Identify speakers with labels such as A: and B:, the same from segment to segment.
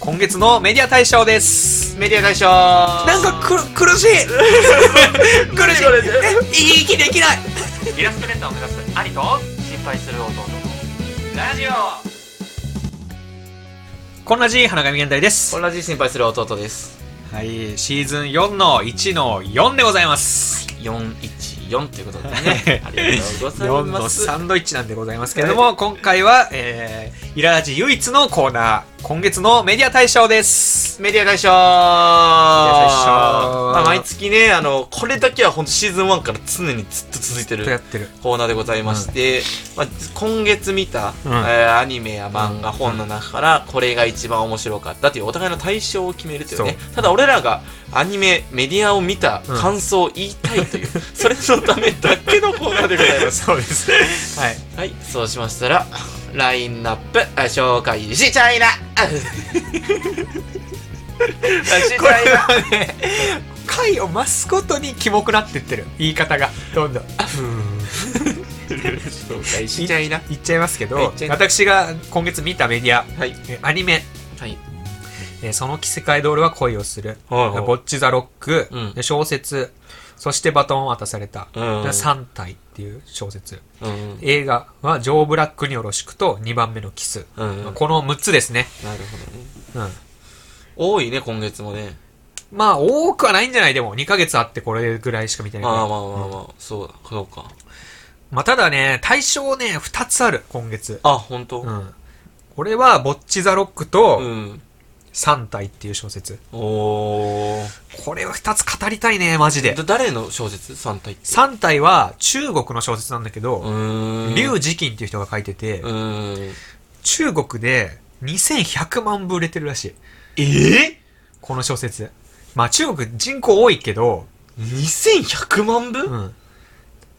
A: 今月のメディア大賞です
B: メディア大賞
A: なんかく苦 しい苦しいえ息できない
B: イラストレーターを目指す兄と心配する弟のラジオ
A: こんなじ花神現代です
B: 同じ心配する弟です
A: はいシーズン4の1の4でございます
B: 414ということで
A: ね
B: ねありがとうござい
A: 4
B: ま
A: の
B: す
A: サンドイッチなんでございますけれども、今回は、えー、イララジ唯一のコーナー、今月のメディア大賞です。
B: メディア大賞
A: 賞
B: まあ、毎月ねあのこれだけは本当シーズン1から常にずっと続いて
A: とや
B: る
A: ってる。
B: コーナーでございまして、まあ、今月見た、
A: うん
B: えーアニメや漫画、
A: うん
B: 本の中からこれが一番面白かったというお互いの対象を決めるというねただ俺らがアニメメディアを見た感想を言いたいという、それのためだけのコーナーでございます
A: そうですね。はい。
B: はい、そうしましたら、ラインナップ、あ紹介しちゃいなあ
A: こ
B: しち
A: れ
B: ゃいな
A: はね、回を増すごとにキモくなってってる。言い方が。どんどん。
B: 紹介しちゃいな
A: 言っちゃいますけ
B: 言っ
A: ど
B: ちゃ、います
A: 私が今月見たメディア、
B: はい、
A: えアニメ、
B: はい、
A: えーその奇世界ドールは恋をする、
B: はいはい
A: ボッチ・ザ・ロック、
B: うん
A: で小説、そしてバトンを渡された、
B: うん
A: 3体っていう小説。
B: うん、
A: 映画は「ジョー・ブラックによろしく」と2番目の「キス」
B: うん
A: まあこの6つですね、
B: なるほどね。
A: うん、
B: 多いね、今月もね。
A: まあ多くはないんじゃないでも2ヶ月あってこれぐらいしか見てないから
B: まあまあまあまあ、そうだ、そうか。
A: まあただね対象ね2つある今月、
B: あ、ほんと
A: うん、これは「ボッチ・ザ・ロック」
B: う
A: と
B: ん。
A: 「三体」っていう小説
B: おー。
A: これは2つ語りたいねマジで
B: だ誰の小説三体って。
A: 三体は中国の小説なんだけ
B: う
A: ど
B: ーん。
A: 劉慈欣っていう人が書いてて
B: うーん。
A: 中国で2100万部売れてるらしい
B: ええ
A: この小説まあ中国人口多いけど
B: ?2100 万部
A: うん。も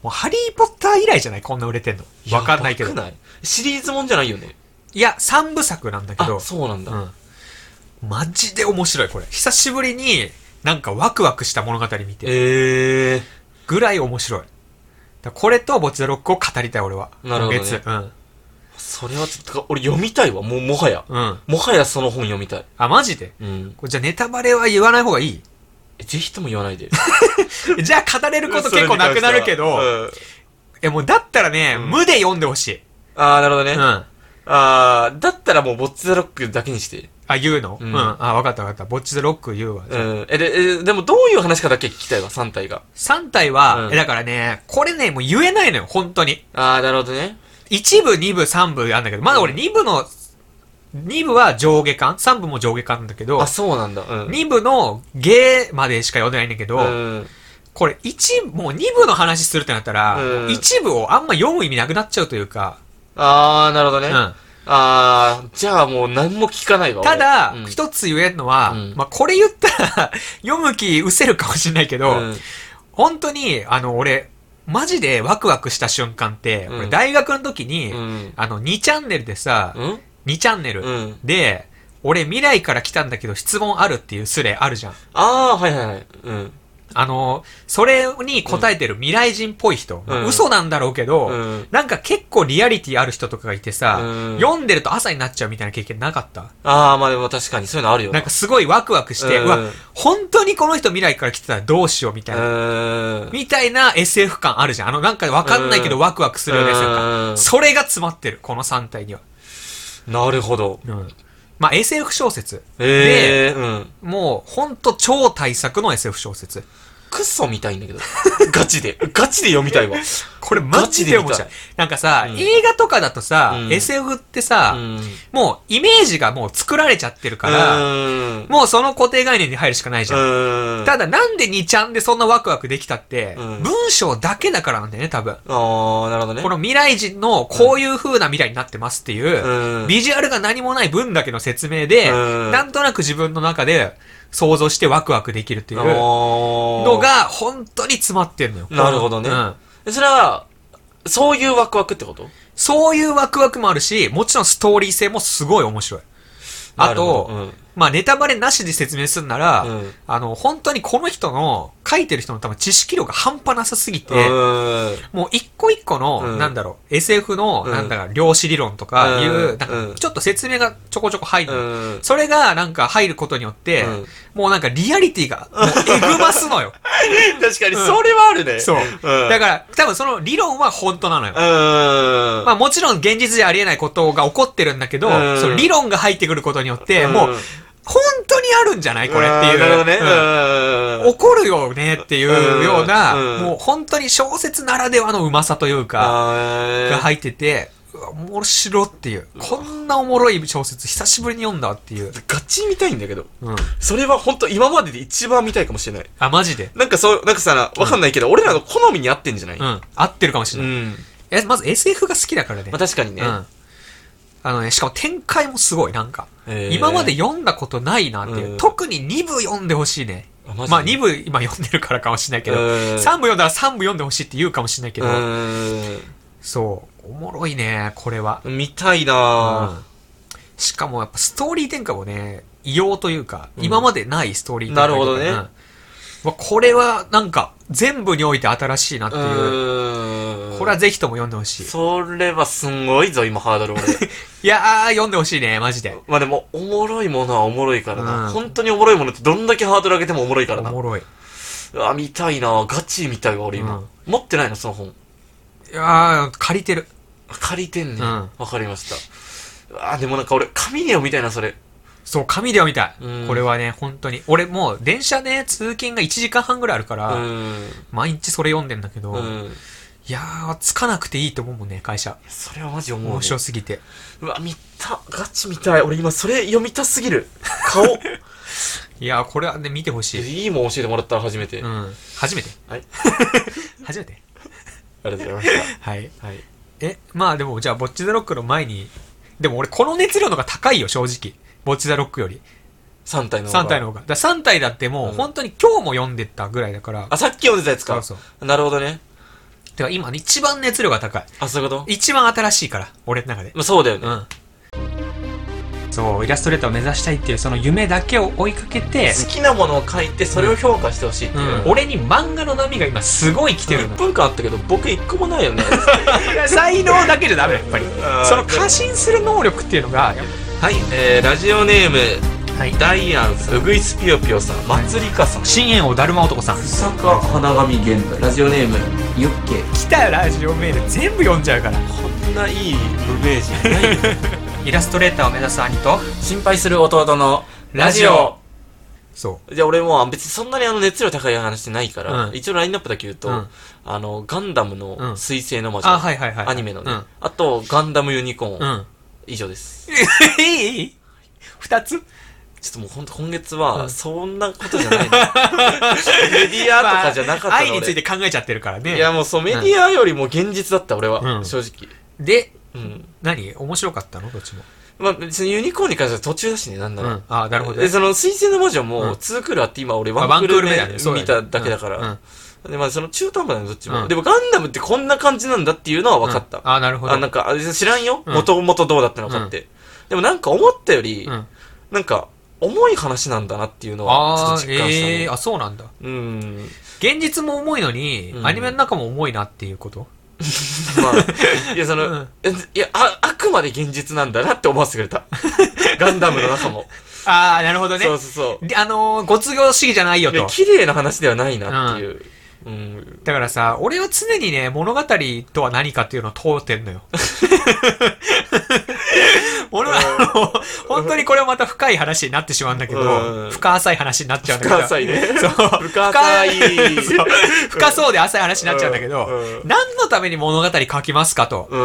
A: う、ハリーポッター以来じゃないこんな売れてんの。わかんないけど。
B: やばくシリーズもんじゃないよね。
A: いや、三部作なんだけ
B: あ、
A: ど。
B: そうなんだ。
A: うん。マジで面白い、これ。久しぶりに、なんかワクワクした物語見て。
B: ええ
A: ぐらい面白い。だからこれと、ボッチザロックを語りたい、俺は。
B: なるほどね
A: 今月うん。
B: それはちょっと、俺読みたいわ、もう、もはや。
A: うん。
B: もはやその本読みたい。
A: あ、マジで
B: うん。
A: これじゃあネタバレは言わない方がい い
B: えぜひとも言わな いで。
A: じゃあ語れること結構なくなるけど、
B: うん
A: え、もうだったらね、
B: うん
A: 無で読んでほしい。
B: あー、なるほどね。
A: うん。
B: あ
A: あ、
B: あーだったらもう、ボッツザロックだけにして。
A: 言うのう。
B: うんん
A: あ、わかったわかった。ボッチザロック言うわ。
B: うん。え、で、えでも、どういう話かだけ聞きたいわ、3体が。
A: 3体は、
B: うん
A: えだからね、これね、もう言えないのよ、本当に。
B: あー、なるほどね。
A: 1部、2部、3部あんだけど、まだ俺
B: う
A: 2部の、2部は上下巻 ?3 部も上下巻なんだけど
B: あ、、そうなんだ。うん。
A: 2部の芸までしか読んでないんだけど、
B: うん。
A: これ1、もう2部の話するってなったら、
B: うん
A: 1部をあんま読む意味なくなっちゃうというか、
B: あー、なるほどね。
A: うん
B: あー、じゃあもう、何も聞かないわ。
A: ただ
B: 俺、
A: 一、つ言えるのは、
B: うん
A: まあ、これ言ったら 読む気失せるかもしれないけど、
B: うん、うん
A: 本当に、あの、俺、マジでワクワクした瞬間って、
B: うん
A: 俺大学の時に、
B: うん。
A: あの、2チャンネルでさ、
B: うん
A: 2チャンネル、
B: うん。
A: で、俺未来から来たんだけど質問あるっていうスレあるじゃん。
B: あー、はいはいはい。うん。
A: あの、それに答えてる未来人っぽい人。
B: うん
A: 嘘なんだろうけど、
B: うん。
A: なんか結構リアリティある人とかがいてさ、
B: うん
A: 読んでると朝になっちゃうみたいな経験なかった
B: あー、まあでも確かにそういうのあるよ
A: なんかすごいワクワクして、
B: う
A: うんわ、本当にこの人未来から来てたらどうしようみたいな。
B: うん。
A: みたいな SF 感あるじゃん。あの、なんかわかんないけ
B: う
A: ど
B: ん
A: ワクワクするよね、SF 感。
B: うん
A: それが詰まってる、この3体には。
B: なるほど。
A: まあ、SF 小説。
B: ええうん。
A: もう、ほんと超大作の SF 小説。
B: クソ見たいんだけど。 ガチで。ガチで読みたいわ。
A: これマジで面白い
B: ガチで見。
A: なんかさ、
B: うん
A: 映画とかだとさ、
B: うん
A: SF ってさ、
B: うん。
A: もうイメージがもう作られちゃってるから、
B: うん。
A: もうその固定概念に入るしかないじゃん。
B: うん。
A: ただなんで2ちゃんでそんなワクワクできたって、
B: うん
A: 文章だけだからなんだよね、多分。
B: ああ、なるほどね。
A: この未来人のこういう風な未来になってますっていう、
B: うん。
A: ビジュアルが何もない分だけの説明で、
B: うん
A: なんとなく自分の中で想像してワクワクできるっていうの
B: の、
A: が本当に詰まってんのよ。
B: なるほどね
A: うん
B: それは、そういうワクワクってこと
A: そういうワクワクもあるし、もちろんストーリー性もすごい面白い。あと、
B: なるほどうん
A: まあネタバレなしで説明するなら、
B: うん
A: あの、本当にこの人の、書いてる人の多分知識量が半端なさすぎて、
B: うん
A: もう一個一個の、
B: うん
A: なんだろう、SF の、
B: うん
A: なんだか、量子理論とかいう、
B: うん
A: なん
B: うん
A: かちょっと説明がちょこちょこ入る。
B: うん
A: それがなんか入ることによって、
B: うん
A: もうなんかリアリティが、もうえぐますの よ。
B: 確かにそれはあるね。
A: そう。
B: うん
A: だから、多分その理論は本当なのよ。
B: うん。
A: まあもちろん現実でありえないことが起こってるんだけど、
B: うん
A: その理論が入ってくることによって、
B: うん
A: もう本当にあるんじゃないこれってい
B: ん
A: う。
B: なるほどね。
A: うん
B: うん
A: 怒るよねっていうような、
B: うん
A: もう本当に小説ならではのうまさというか、
B: あ
A: が
B: ー
A: 入ってて、うわ、面白っていう。こんなおもろい小説久しぶりに読んだっていう。
B: ガチ見たいんだけど。
A: うん。
B: それは本当今までで一番見たいかもしれない。
A: あ、マジで。
B: なんかそう、なんかさ、わかんないけど、俺らの好みに合ってんじゃない
A: うん。合ってるかもしれ
B: う
A: ない。
B: ん。
A: え、まず SF が好きだからね。
B: まあ確かにね。
A: うん。あのね、しかも展開もすごい、なんか。
B: えー
A: 今まで読んだことないなっていう。
B: うん
A: 特に2部読んでほしいね。
B: あマジで
A: まあ2部今読んでるからかもしれないけど、
B: うん
A: 3部読んだら3部読んでほしいって言うかもしれないけど、
B: う
A: そう。おもろいね、これは。
B: ん。見たい
A: うん
B: な
A: しかもやっぱストーリー展開もね、異様というか、
B: うん
A: 今までないストーリー展開とか
B: なるほどね
A: うんうわこれはなんか、全部において新しいなっていう。
B: ぁ。うん。
A: これはぜひとも読んでほしい。
B: それはすごいぞ、今ハードル俺。
A: いやー、読んでほしいね、マジで。
B: まあでも、おもろいものはおもろいからな。
A: うん
B: 本当におもろいものってどんだけハードル上げてもおもろいから
A: お
B: な。
A: もろい。
B: うわ、見たいなガチ見たいわ、俺今。
A: うん
B: 持ってないの、その本。
A: いやー、借りてる。
B: 借りてんねん。
A: うん
B: わ、かりました。うわ、でもなんか俺、紙で読みたいな、それ。
A: そう、紙で読みた
B: うん
A: い。これはね、本当に。俺もう、電車ね、通勤が1時間半ぐらいあるか
B: う
A: ら、
B: ん。
A: 毎日それ読んでんだけど、
B: うん。
A: いやー、つかなくていいと思うもんね、会社。
B: それはマジ思う、
A: 面白すぎて。
B: うわ、見た。ガチ見たい。俺今、それ読みたすぎる。 顔。
A: いやー、これはね、見てほしい。
B: いいもん教えてもらったら初めて。
A: う
B: あ
A: ん。初めて。
B: はい
A: 初めて。
B: りがとうございまし
A: はい。
B: た。はい。
A: え、まあでも、じゃあ、ボッチザロックの前に、でも俺、この熱量の方が高いよ、正直。ボッチザロックより。
B: 3体の。
A: 3体の。方が。だ3体だっても
B: う
A: う、
B: ん
A: 本当に今日も読んでったぐらいだから。
B: あ、さっき読んでたやつか。
A: そう
B: なるほどね。
A: てか、今、一番熱量が高い。
B: あ、そういうこと
A: 一番新しいから、俺の中で。
B: まあ、そうだよね。
A: うん。そう、イラストレーターを目指したいっていう、その夢だけを追いかけて、
B: 好きなものを書いてそれを評価してほしいって
A: う
B: いう、
A: ん、俺に漫画の波が今すごい来てる
B: 1
A: の。
B: 分間あったけど僕一個もないよね
A: 才能だけじゃダメ、やっぱり。その過信する能力っていうのが、
B: はい、えー、ラジオネーム
A: はい。
B: ダイアンさんうぐいすぴよぴよさんまつりかさん
A: 深淵王だるま男さん。
B: 坂花神玄武ラジオネームユッケ
A: 来たよラジオメール全部読んじゃうから
B: こんないい無名 人ないよ
A: イラストレーターを目指す兄と
B: 心配する弟のラジオ
A: そ
B: じゃあ俺もう別にそんなにあの熱量高い話してないから、
A: うん
B: 一応ラインナップだけ言うと、
A: うん
B: あのガンダムの
A: うん
B: 彗星の魔女、
A: あはいはいはい
B: アニメのね、
A: うん
B: あとガンダムユニコーン、
A: うん
B: 以上です
A: えいい二つ
B: ちょっともうほんと今月は、
A: うん
B: そんなこと じゃないの。メディアとかじゃなかったの、
A: まあ愛につい
B: て。
A: て考えちゃってるからね
B: いやもうそう、メディアよりも現実だった、俺は。
A: うん
B: 正直。
A: で
B: うん。
A: 何面白かったのどっちも
B: まあ別にユニコーンに関しては途中だしね、なんなら。
A: うんあなるほどね
B: で、その、水星の魔女
A: うん
B: も、ツークールあって今俺
A: まあ
B: ワンクール目
A: だねそうね
B: 見ただけだか
A: うんうん
B: ら。で、まあその中途半端なのどっち
A: う
B: も。
A: ん
B: でもガンダムってこんな感じなんだっていうのは分か
A: う
B: っ
A: ん
B: た。
A: あなるほど
B: あ、なんか、あ知らんよ。
A: うん
B: もともとどうだったのかって。でもなんか思ったより
A: う、ん
B: なんか、重い話なんだなっていうのは、ちょ
A: あ
B: っと
A: ー
B: 実感した
A: え
B: ね
A: ー、。あそうなんだ
B: うん。
A: 現実も重いのに、
B: うん
A: アニメの中も重いなっていうこと
B: まあ、いや、その、
A: うん
B: えいやあ、あくまで現実なんだなって思わせてく れた。ガンダムの中も。
A: ああなるほどね
B: そうそうそう。
A: であのーご都合主義じゃないよ
B: いや
A: と
B: 綺麗な話ではないなっていう。うん。
A: だからさ俺は常にね物語とは何かっていうのを問うてん のよ俺はあの本当にこれはまた深い話になってしまうんだけ
B: う
A: ど
B: ん
A: 深浅い話になっちゃうんだけど
B: 深浅いね。
A: そう
B: 深浅い。
A: 深深そうで浅い話になっちゃうんだけど、
B: うん
A: 何のために物語書きますかと
B: う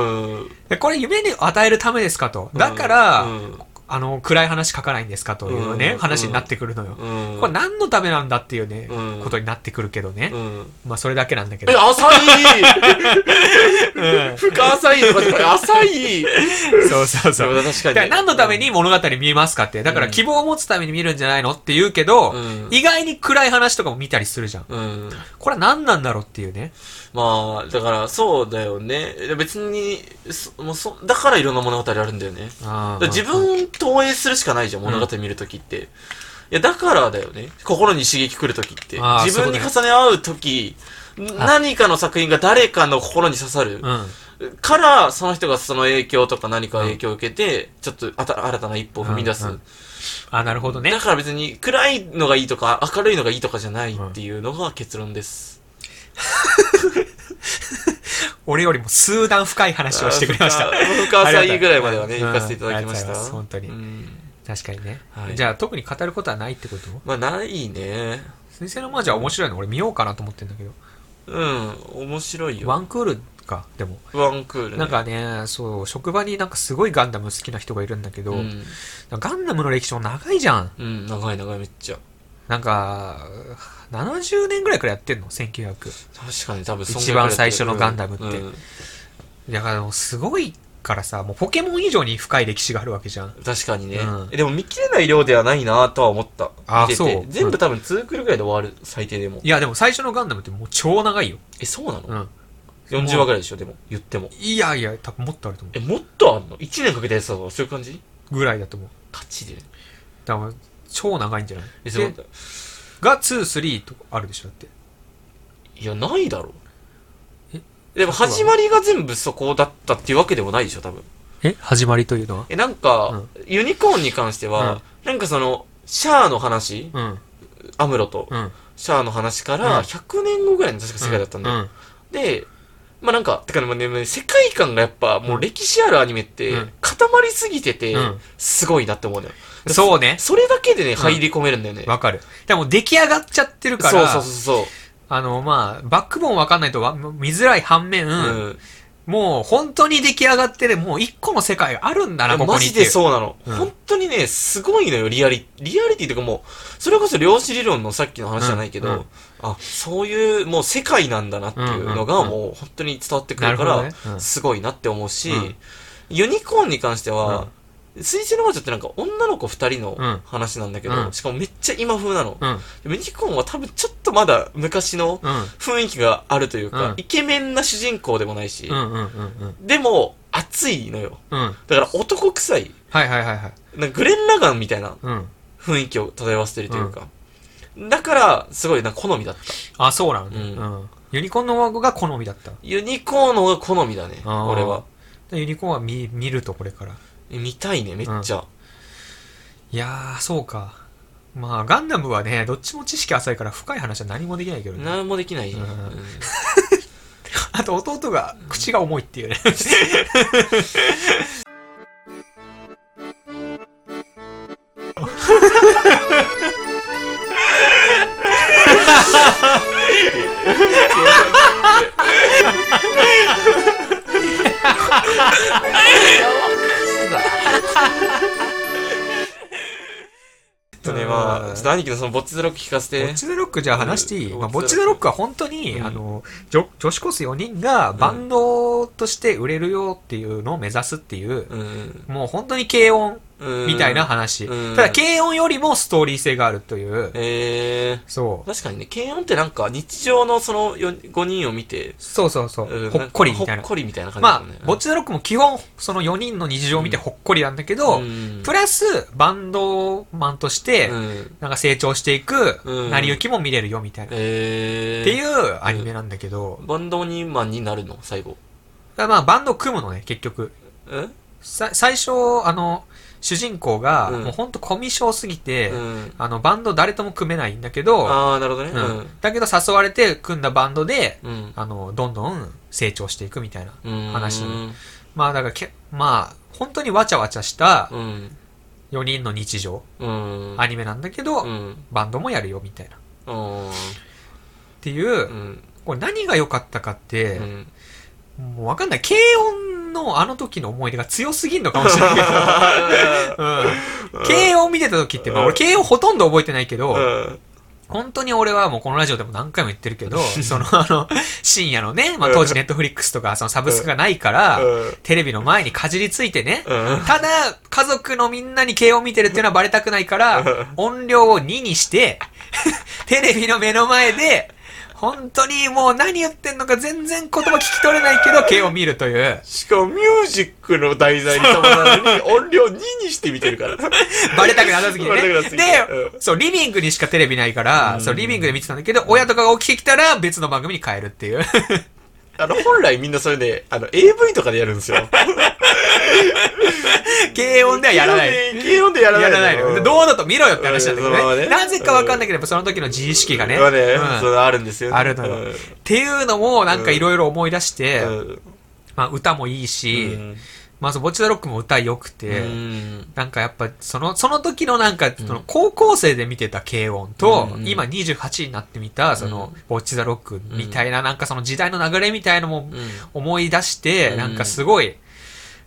B: ん。
A: でこれ夢に与えるためですかとだから、
B: うん
A: あの暗い話書かないんですかというね、
B: うん
A: 話になってくるのよ、
B: うん。
A: これ何のためなんだっていうね、
B: うん
A: ことになってくるけどね、
B: うん。
A: まあそれだけなんだけど
B: え、浅い
A: うん
B: 深浅いとかじゃない浅い
A: そうそう
B: そ
A: そ
B: れ
A: う。
B: は確か
A: だから
B: にね。
A: 何のために物語見えますかって。だから希望を持つために見るんじゃないのって言うけど、
B: うん
A: 意外に暗い話とかも見たりするじゃん。
B: うん。
A: これは何なんだろうっていうね。
B: まあ、だから、そうだよね。別に、そもうそだからいろんな物語あるんだよね。だから自分投影するしかないじゃん、物語見るときって。いや、だからだよね。心に刺激来るときって
A: あー。
B: 自分に
A: そう
B: 重ね合うとき、何かの作品が誰かの心に刺さ
A: う
B: る。
A: ん。
B: から、その人がその影響とか何か影響を受けて、ちょっとあた新たな一歩を踏み出す。
A: うんうんあ、なるほどね
B: だ。から別に暗いのがいいとか明るいのがいいとかじゃないっていうのが結論です。
A: 俺よりも数段深い話をしてくれました。
B: 深さいいぐらいまではね、
A: うん
B: 行かせていただきまし
A: ありがとうございま
B: た。
A: す本当に
B: うん
A: 確かにね。
B: はい
A: じゃあ、特に語ることはないってこと
B: まあ、ないね。
A: 先生のマージャン面白いの俺見ようかなと思ってんだけど。
B: うん、面白いよ。
A: ワ
B: ワン
A: ンクールか、でも。
B: クールね。
A: なんかね、そう、職場になんかすごいガンダム好きな人がいるんだけど、
B: うん、
A: ガンダムの歴史も長いじゃん。
B: うん、長い長いめっちゃ。
A: なんか、70年ぐらいからやってんの ?1900。
B: 確かに多分
A: 一番最初のガンダムって
B: うんうん
A: だからもうすごいからさ、もうポケモン以上に深い歴史があるわけじゃん。
B: 確かにね、
A: うん
B: でも見切れない量ではないなとは思った。
A: あー
B: 見てて
A: そう
B: 全部多分2クールぐらいで終わる、最低でも
A: い。や、でも最初のガンダムってもう超長いよ。
B: え、そうなの、
A: うん。
B: ?40 話ぐらいでしょ、でも。言っても。
A: いやいや、多分もっとあると思
B: え、もっとあんの ?1 年かけたやつだぞ。そういう感じ
A: う。ぐらいだと思う。
B: ガチで。
A: だから、超長いんじゃない
B: え、その
A: でが、2、3とかあるでしょだって。
B: いや、ないだろ。
A: え
B: でも始まりが全部そこだったっていうわけでもないでしょ、多分。
A: え始まりというのは
B: え、なんか、ユニコーンに関しては、なんかその、シャアの話、
A: うん。
B: アムロと、
A: うん。
B: シャアの話か
A: うん
B: ら、100年後ぐらいの確か世界だったんだよ。
A: うん。
B: で、まあなんか、てかね、まあね、世界観がやっぱ、もう歴史あるアニメって
A: うん、
B: 固まりすぎてて
A: うん、
B: すごいなって思うのよ。
A: そうね。
B: それだけでね、入り込めるんだよね。
A: わかる。でも出来上がっちゃってるか
B: そう
A: ら、
B: そうそうそう。
A: あの、まあ、バックボーンわかんないとわ見づらい反面、
B: うん。
A: もう本当に出来上がってる、もう一個の世界があるんだな、ここ
B: マ
A: にっ
B: ジ
A: てい
B: で
A: う。
B: そうなの、
A: うん
B: 本当にね、すごいのよ、リアリ、リアリティとかもう、それこそ量子理論のさっきの話じゃないけど、
A: うんうん
B: あ、そういう、もう世界なんだなっていうの
A: うん
B: が、
A: うんうん
B: もう本当に伝わってくる
A: な
B: か
A: る
B: ら
A: ほどねう、ん
B: すごいなって思うし、
A: うん
B: ユニコーンに関しては、水星の魔女ってなんか女の子二人
A: うん
B: の話なんだけど、
A: うん
B: しかもめっちゃ今風なの。
A: うん。
B: ユニコーンは多分ちょっとまだ昔の
A: うん。
B: 雰囲気があるというか、
A: うん
B: イケメンな主人公でもないし、
A: うんうんうん
B: でも熱いのよ。
A: うん。うん。
B: だから男臭い。
A: はいはいはいはい。
B: なんかグレン・ラガンみたいな
A: うん。
B: 雰囲気を漂わせてるというか。だから、すごいな、好みだった。
A: あ、そうなのね、う。
B: うん
A: ユニコーンのワゴが好みだった。
B: ユニコーンの方が好みだね、
A: あー
B: 俺は。
A: でユニコーンは見、見るとこれから。
B: え見たいね、めっちゃ。
A: いやー、そうか。まあ、ガンダムはね、どっちも知識浅いから深い話は何もできないけどね。
B: 何もできないね。
A: うん
B: うん
A: あと、弟が口が重いっていうね。
B: ちょっとね、まあ、ちょっと兄貴のそのボッチザロック聞かせ
A: ボッ
B: て。
A: チザロックじゃあ話していい、
B: うん
A: まあ、ボッチザロックは本当に、
B: うん
A: あの女女子コース4人がバンドとして売れるよっていうのを目指すっていう、
B: うん
A: もう本当に軽音
B: うん
A: みたいな。話、
B: うん
A: ただ軽音よりもストーリー性があるという、
B: えー。
A: そう
B: 確かにね、軽音ってなんか日常のその5人を見て、
A: そうそうそう、
B: うん
A: ほっこりみたい
B: ん
A: な
B: かほっこりみたいな感じだ
A: ま
B: もんね。
A: あボッチザロックも基本その4人の日常を見て
B: うん
A: ほっこりなんだけど、
B: うん
A: プラスバンドマンとして、
B: うん
A: なんか成長していく、
B: うん
A: 成り行きも見れるよみたいな、
B: えー。
A: っていうアニメなんだけど、
B: バンドニーマンになるの最後。
A: だからまあバンド組むのね結局
B: え
A: さ最初あの主人公が、
B: うん
A: もうほんとコミショすぎて、
B: うん。
A: あのバンド誰とも組めないんだけど、
B: ああ、なるほどね。
A: うんだけど誘われて組んだバンドで
B: うん。うん。
A: あのどんどん成長していくみたいな
B: うん
A: 話まあだからけまあ本当にわちゃわちゃした
B: うん。
A: 4人の日常、
B: うん。
A: アニメなんだけど、
B: うん。
A: バンドもやるよみたいなっ
B: うん。
A: ていう、
B: うん。
A: これ何が良かったかって、
B: うん。
A: もうわかんない軽音のあの時の思い出が強すぎんのかもしれないけどう ん慶応見てた時って、まあ、
B: うん
A: 俺慶応ほとんど覚えてないけ
B: う
A: ど、
B: ん
A: 本当に俺はもうこのラジオでも何回も言ってるけ ど、そのあの、深夜のね、まあ当時ネットフリックスとかそのサブスクがないから、テレビの前にかじりついてね、
B: うん。
A: ただ家族のみんなに慶応見てるっていうのはバレたくないから、音量を2にして、テレビの目の前で、本当にもう何言ってんのか全然言葉聞き取れないけど、毛を見るという。
B: しかもミュージックの題材にたまらのに音量2にして見てるから。
A: バレたくなさすぎて
B: バレたくな
A: ね。
B: さす
A: で
B: ぎて、
A: そう、リビングにしかテレビないから、そう、リビングで見てたんだけど、親とかが起きてきたら別の番組に変えるっていう。
B: あの、本来みんなそれね、あの、AV とかでやるんです よ。
A: 軽音ではやらない。
B: 軽音でやらな
A: や
B: いの。
A: らないのよ。でどうだと見ろよって話なんだけ
B: うんそのま
A: ど
B: ま
A: ね。
B: ね
A: なぜかわかんないけど、やっぱその時の自意識がね。
B: まあね、
A: うん
B: それあるんですよね。
A: あるの
B: うん
A: よ。っていうのも、なんかいろいろ思い出して、
B: うん
A: まあ歌もいいし、
B: うん
A: まあそのボッチザロックも歌良くて、
B: うん
A: なんかやっぱその、その時のなんか、その高校生で見てた軽音と、
B: うん
A: 今28になってみた、その、ボッチザロックみたいな、なんかその時代の流れみたいのも
B: うん
A: 思い出して、
B: うん
A: なんかすごい、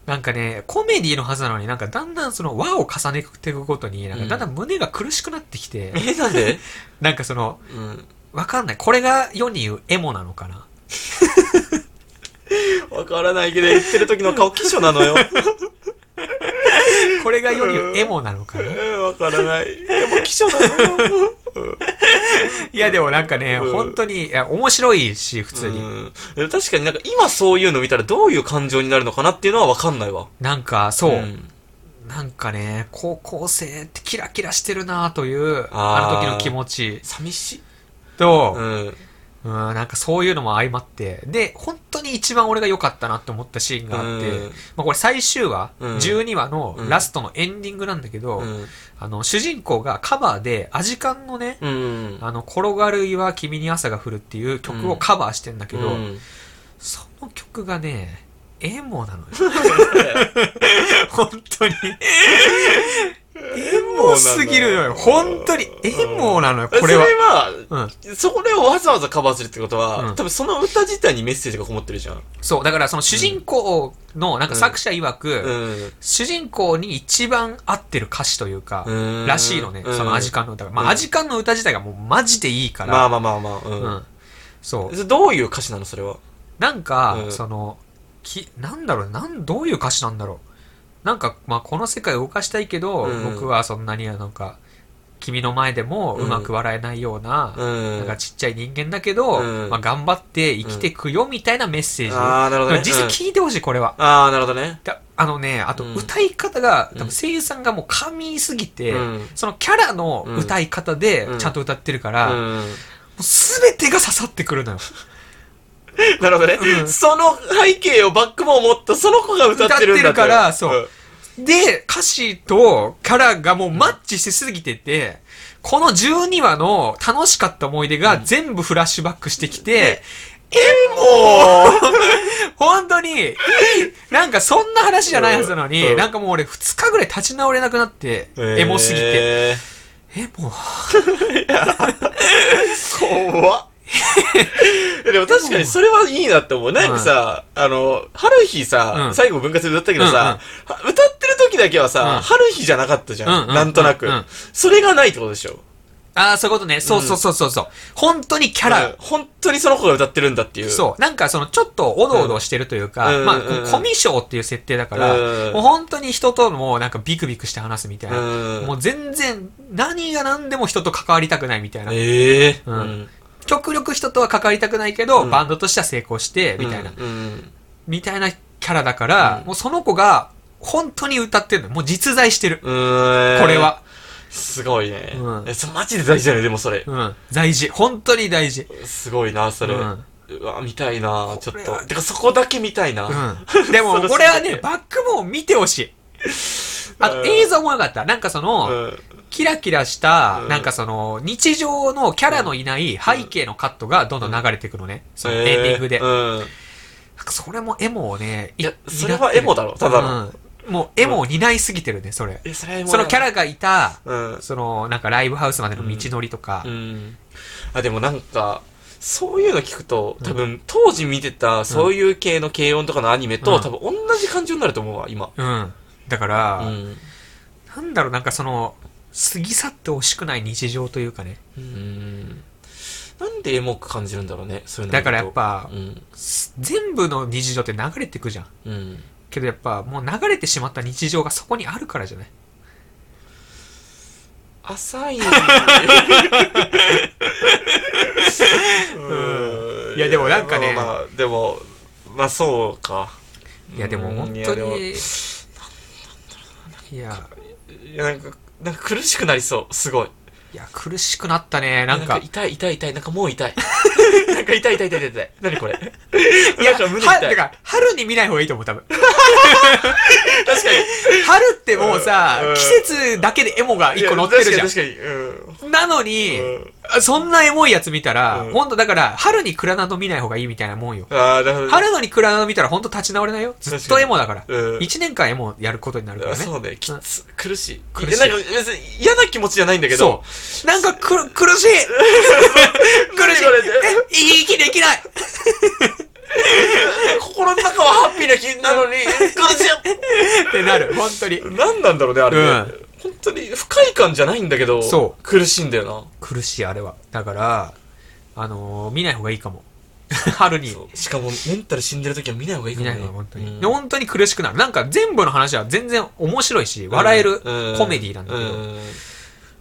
A: なんかね、コメディのはずなのになんかだんだんその和を重ねていくごとに、なんかだんだん胸が苦しくなってきて、
B: え、なんで
A: なんかその、
B: うん
A: わかんない。これが世に言うエモなのかな。
B: わからないけど、言ってる時の顔、気象なのよ。
A: これが世に言うエモなのかな。
B: うんわからない。でも、気象なのよ。
A: いやでもなんかね、
B: うん
A: 本当に、いや面白いし、普通に。
B: うんでも確かになんか今そういうの見たらどういう感情になるのかなっていうのはわかんないわ。
A: なんか、そう、
B: ん
A: なんかね、高校生ってキラキラしてるなという、あ
B: あー
A: の時の気持ち
B: 寂しい。う
A: と、
B: ん。
A: うん、なんかそういうのも相まって、で、本当に一番俺が良かったなって思ったシーンがあって、
B: うん
A: まあこれ最終話、
B: うん
A: 12話の
B: うん
A: ラストのエンディングなんだけど、
B: うん
A: あの、主人公がカバーで、アジカンのね、
B: うん。
A: あの、転がる岩、君に朝が降るっていう曲をカバーしてんだけど、
B: うん
A: その曲がね、エモなの よ。本当に。エモすぎるのよ。本当に。エモなのよ、これは。
B: そ
A: うん。
B: れは、そこでわざわざカバーするってことは、
A: うん
B: 多分その歌自体にメッセージがこもってるじゃん。
A: そう、だからその主人公の、なんか作者曰く、
B: うん。
A: 主人公に一番合ってる歌詞というか、
B: うん
A: らしいのね、そのアジカンの歌が。ま
B: う
A: あ、
B: ん
A: アジカンの歌自体がもうマジでいいから。
B: まあまあまあまあ。
A: う
B: うん
A: ん。そう。
B: それどういう歌詞なのそれは。
A: なんか、
B: うん
A: その、き、なんだろう、なん、どういう歌詞なんだろう。なんか、まあ、この世界を動かしたいけど、
B: うん
A: 僕はそんなにはなんか、君の前でもうまく笑えないような、
B: うん。
A: なんかちっちゃい人間だけど、
B: うん
A: まあ、頑張って生きてくよみたいなメッセージ。
B: ああ、なるほどね。
A: 実際
B: うん
A: 聞いてほしい、これは。
B: ああ、なるほどね。
A: だあのね、あと
B: うん
A: 歌い方が、
B: うん
A: 多分声優さんがもう神すぎて、
B: うん
A: そのキャラの歌い方で
B: うん
A: ちゃんと歌ってるか
B: う
A: ら、も
B: ん。
A: う全てが刺さってくるのよ。
B: なるほどね、
A: うん
B: その背景をバックボーンを持ったその子が歌ってるん
A: 歌って
B: だ
A: るからそう
B: うん
A: で、歌詞とキャラがもうマッチしすぎてて、この12話の楽しかった思い出が全部フラッシュバックしてきて、
B: も
A: 本当に、なんかそんな話じゃないはずなの
B: う
A: に、
B: ん
A: なんかもう俺2日ぐらい立ち直れなくなって、
B: う
A: エモすぎて。
B: え
A: エモ
B: ー怖っ でも確かにそれはいいなって思う。なんかさ、あの、春日さ、
A: うん
B: 最後分割で歌ったけどさ、は歌ってる時だけはさ、
A: うん
B: 春日じゃなかったじゃん。
A: うんうん
B: なんとなく、
A: うんうん
B: それがないってことでしょ。
A: ああ、そういうことね。そうそうそうそうそう。本当にキャ
B: うん
A: ラ、
B: 本当にその子が歌ってるんだっていう。
A: そう。なんかそのちょっとおどおどしてるというか、
B: うん
A: まあ
B: うん、
A: コミュ障っていう設定だから、
B: うん
A: もう本当に人ともなんかビクビクして話すみたいな。
B: うん
A: もう全然、何が何でも人と関わりたくないみたいな。
B: ええー。
A: うん極力人とは関わりたくないけど、
B: うん
A: バンドとしては成功して、みたいな、
B: うんうん
A: みたいなキャラだから、
B: うん
A: もうその子が、本当に歌ってるの。もう実在してる。
B: うーん
A: これ。は。
B: すごいね。
A: うん
B: え、そマジで大事だね、でもそれ。
A: うん。大事。本当に大事。
B: すごいな、それ。
A: う
B: うんわ、見たいな、ちょっ
A: れは
B: と。てか、そこだけ見たいな。
A: うん。でも、
B: それ
A: これは
B: そ
A: ね、
B: れ
A: バックボーン見てほしい。あと、
B: うん
A: 映像もよかった。なんかその、
B: うん
A: キラキラした
B: う、ん
A: なんかその、日常のキャラのいない背景のカットがどんどん流れていくのね。そのエンディングで
B: え。ーうん。
A: なんかそれもエモをね、
B: いや
A: 担ってる
B: それはエモだろただの
A: うんもうエモを担いすぎてるね、それ。
B: え、それも。
A: そのキャラがいた、
B: うん。
A: その、なんかライブハウスまでの道のりとか
B: う、ん。あ、でもなんか、そういうの聞くと、多分、当時見てた、そういう系の軽音とかのアニメと、
A: うん
B: 多分、同じ感情になると思うわ、今。
A: うん。だか
B: う
A: ら、
B: ん。
A: なんだろう、なんかその、過ぎ去ってほしくない日常というかね。
B: うん。なんでエモく感じるんだろうね、そういうの
A: だ
B: 見ると
A: からやっ、ぱ
B: う、ん。
A: す全部の日常って流れてくじゃん。
B: うん。
A: け どやっぱ、もう流れてしまった日常がそこにあるからじゃない
B: 浅い
A: うんいやでもなんかね
B: まあまあでもまあそうか
A: いやでも本
B: うんい
A: 当
B: やでも
A: にいや
B: いやなんかなんか苦しくなりそうすごい
A: いや苦しくなったねなんか
B: 痛い痛い痛いなんかも う痛いなんか痛い痛い痛い痛い痛い何これい
A: いや
B: なんか
A: は
B: 胸痛
A: だ
B: い
A: から春に見ない方がいいと思う多 分
B: 確かに
A: 春ってもうさ
B: うん
A: 季節だけでエモが一個載ってるじゃ
B: いや確かに確かに
A: んなのに
B: うん、うん
A: あそんなエモいやつ見たら、
B: うん
A: ほんとだから、春にクラナド見ない方がいいみたいなもんよ。
B: ああなるほど
A: 春のにクラナド見たらほんと立ち直れないよ。ずっとエモだから。
B: うん
A: 一年間エモやることになるから
B: あ
A: ね。
B: そうねきつ苦しい
A: 苦しい
B: やなんか別に嫌な気持ちじゃないん だけど
A: そう。なんかくる、 苦しい苦しい
B: これね
A: え生き生きでき ない
B: 心の中はハッピーな気なの に苦し
A: ってなる、本当に。
B: い何なんだろうねあれね、
A: う
B: 本当に不快感じゃないんだけど
A: そう
B: 苦しいんだよ
A: 苦しい、あれは。だから、あのー見ない方がいいかも。 春
B: な
A: に。
B: そうしかもメンタル死んでる時は見ない方がいいか
A: 見
B: も
A: ない
B: ね
A: 方が本当
B: うん
A: に。で本当に苦しくなる。なんか全部の話は全然面白いし、笑えるコメディなんだけど。
B: うん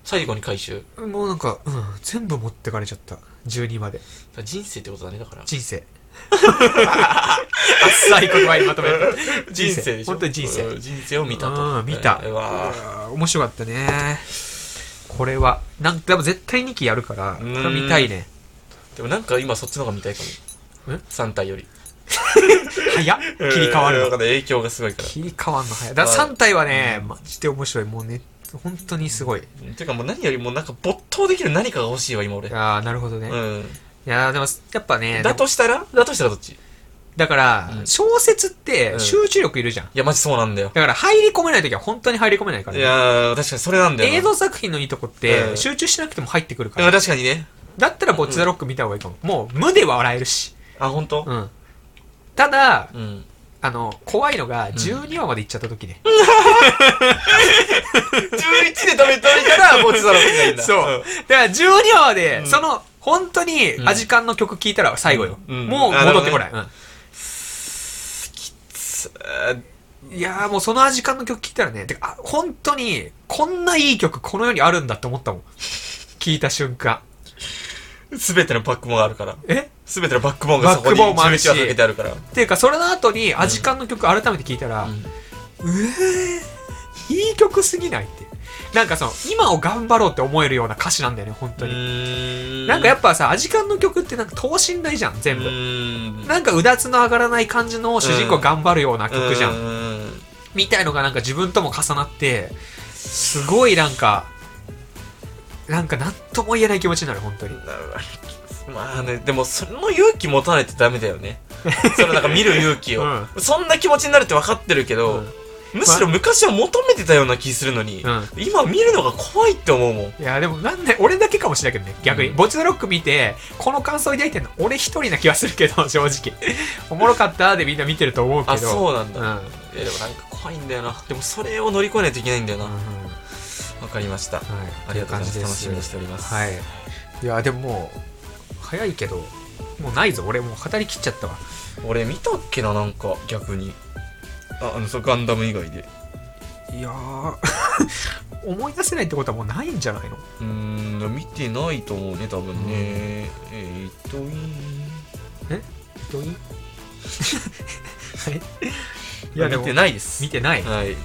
B: 最後に回収
A: もうなんか、うん、全部持ってかれちゃった。12まで。
B: 人生ってことだねだから
A: 人生。あっさい言葉にまとめる。人生
B: でしょ
A: 本当に人生
B: うん人生を見たと
A: うん見た
B: うわー
A: あー面白かったね。これは、なんでも絶対2期やるから、これは見たいね。
B: でもなんか今そっちの方が見たいかも
A: え
B: 3体より
A: 早っ切り替わ
B: うん
A: る
B: なん
A: の。
B: かね影響がすごいから
A: 切り替わるの早い。だから3体はね、マジで面白い。もうね、本当にすごい。
B: うんていうかもう何よりもなんか没頭できる何かが欲しいわ今俺う
A: ああ、なるほどね。い
B: ん
A: やーでも、やっぱね、
B: だ
A: でも
B: としたらだとしたらどっちい
A: だから
B: う、ん
A: 小説って
B: うん
A: 集中力いるじゃん。
B: やマジそうなんだよ
A: だから入り込めないときは本当に入り込めないから
B: い
A: ね。
B: やー確かにそれなんだよな
A: 映像作品のいいとこっ
B: う
A: て、
B: ん
A: 集中しなくても入ってくるか
B: うん
A: ら。
B: 確かにね
A: だったらボッチザロック見た方がいいかも。もう無で笑えるし。
B: あ本当
A: うん。ただ、
B: うん
A: あの、怖いのが、12話まで行っちゃった時ね。
B: 11で食べたいからボチザロックがいいんだ
A: そう。だから12話まで、その、本当に、アジカンの曲聴いたら最後よ。
B: うんうん
A: もう戻ってこない。
B: う
A: う
B: ん
A: んいやーもうそのアジカンの曲聴いたらね、てか、あ本当に、こんないい曲この世にあるんだって思ったもん。聴いた瞬間。
B: すべてのバックボーンがあるから
A: え
B: すべてのバックボーンがそこに
A: バックボーンもあるし
B: 11話かけてあるから
A: っていうか、それの後に、アジカンの曲改めて聴いたら、うえー、いい曲すぎないって。なんかその、今を頑張ろうって思えるような歌詞なんだよね、本当に。なんかや
B: ぱ
A: っぱさ、アジカンの曲ってなんか等身大じゃん、全部。なんかうだつの上がらない感じの主人公頑張るような曲じゃん。
B: ん
A: みたいのがなんか自分とも重なって、すごいなんか、なんかなんとも言えない気持ちになる、本当に。
B: なるほどまあねでもその勇気持たないとダメだよ ねそのなんか見る勇気を、
A: う
B: そんな気持ちになるって分かってるけ
A: う
B: ど、
A: ん
B: むしろ昔は求めてたような気するのに、
A: うん
B: 今見るのが怖いって思うもん
A: いや、でもなんで、俺だけかもしれないけどね、逆に。
B: うん
A: ボチザロック見て、この感想抱いてんの俺一人な気はするけど、正直。 おもろかったでみんな見てると思うけど。
B: あそうなんだ、
A: うん。うん
B: いやでもなんか怖いんだよなでもそれを乗り越えないといけないんだよなわ、
A: うん
B: かりました
A: はい、
B: ありがとうございます
A: とい
B: 楽
A: 感じ
B: しみにしております
A: はいいやでももう早いけどもうないぞ俺もう語りきっちゃったわ
B: 俺見たっけななんか逆にああのそうガンダム以外で
A: いやー 思い出せないってことはもうないんじゃないの
B: うーん見てないと思うね多分ねえー、っとい
A: どう いう
B: い
A: いやで
B: 見
A: も
B: てないです
A: 見てないも
B: はい。
A: う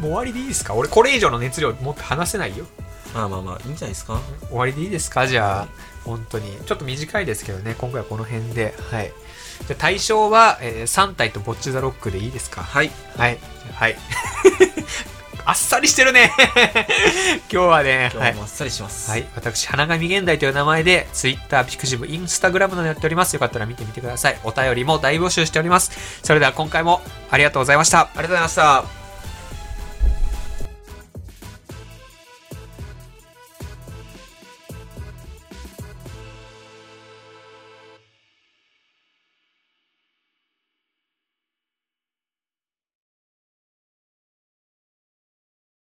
A: 終わりでいいですか俺これ以上の熱量もっと話せないよ
B: まあまあまあ、いいんじゃないですか。
A: 終わりでいいですかじゃあ本当にちょっと短いですけどね今回はこの辺ではいじゃあ対象は、え3体とボッチザロックでいいですか
B: はい。
A: はい。はい。 あっさりしてるね。 今日はね。
B: 今
A: は
B: 日
A: い
B: も。あっさりします。
A: はい。私、花神現代という名前で、Twitter、Pixiv、Instagram などやっております。よかったら見てみてください。お便りも大募集しております。それでは今回もありがとうございました。
B: ありがとうございました。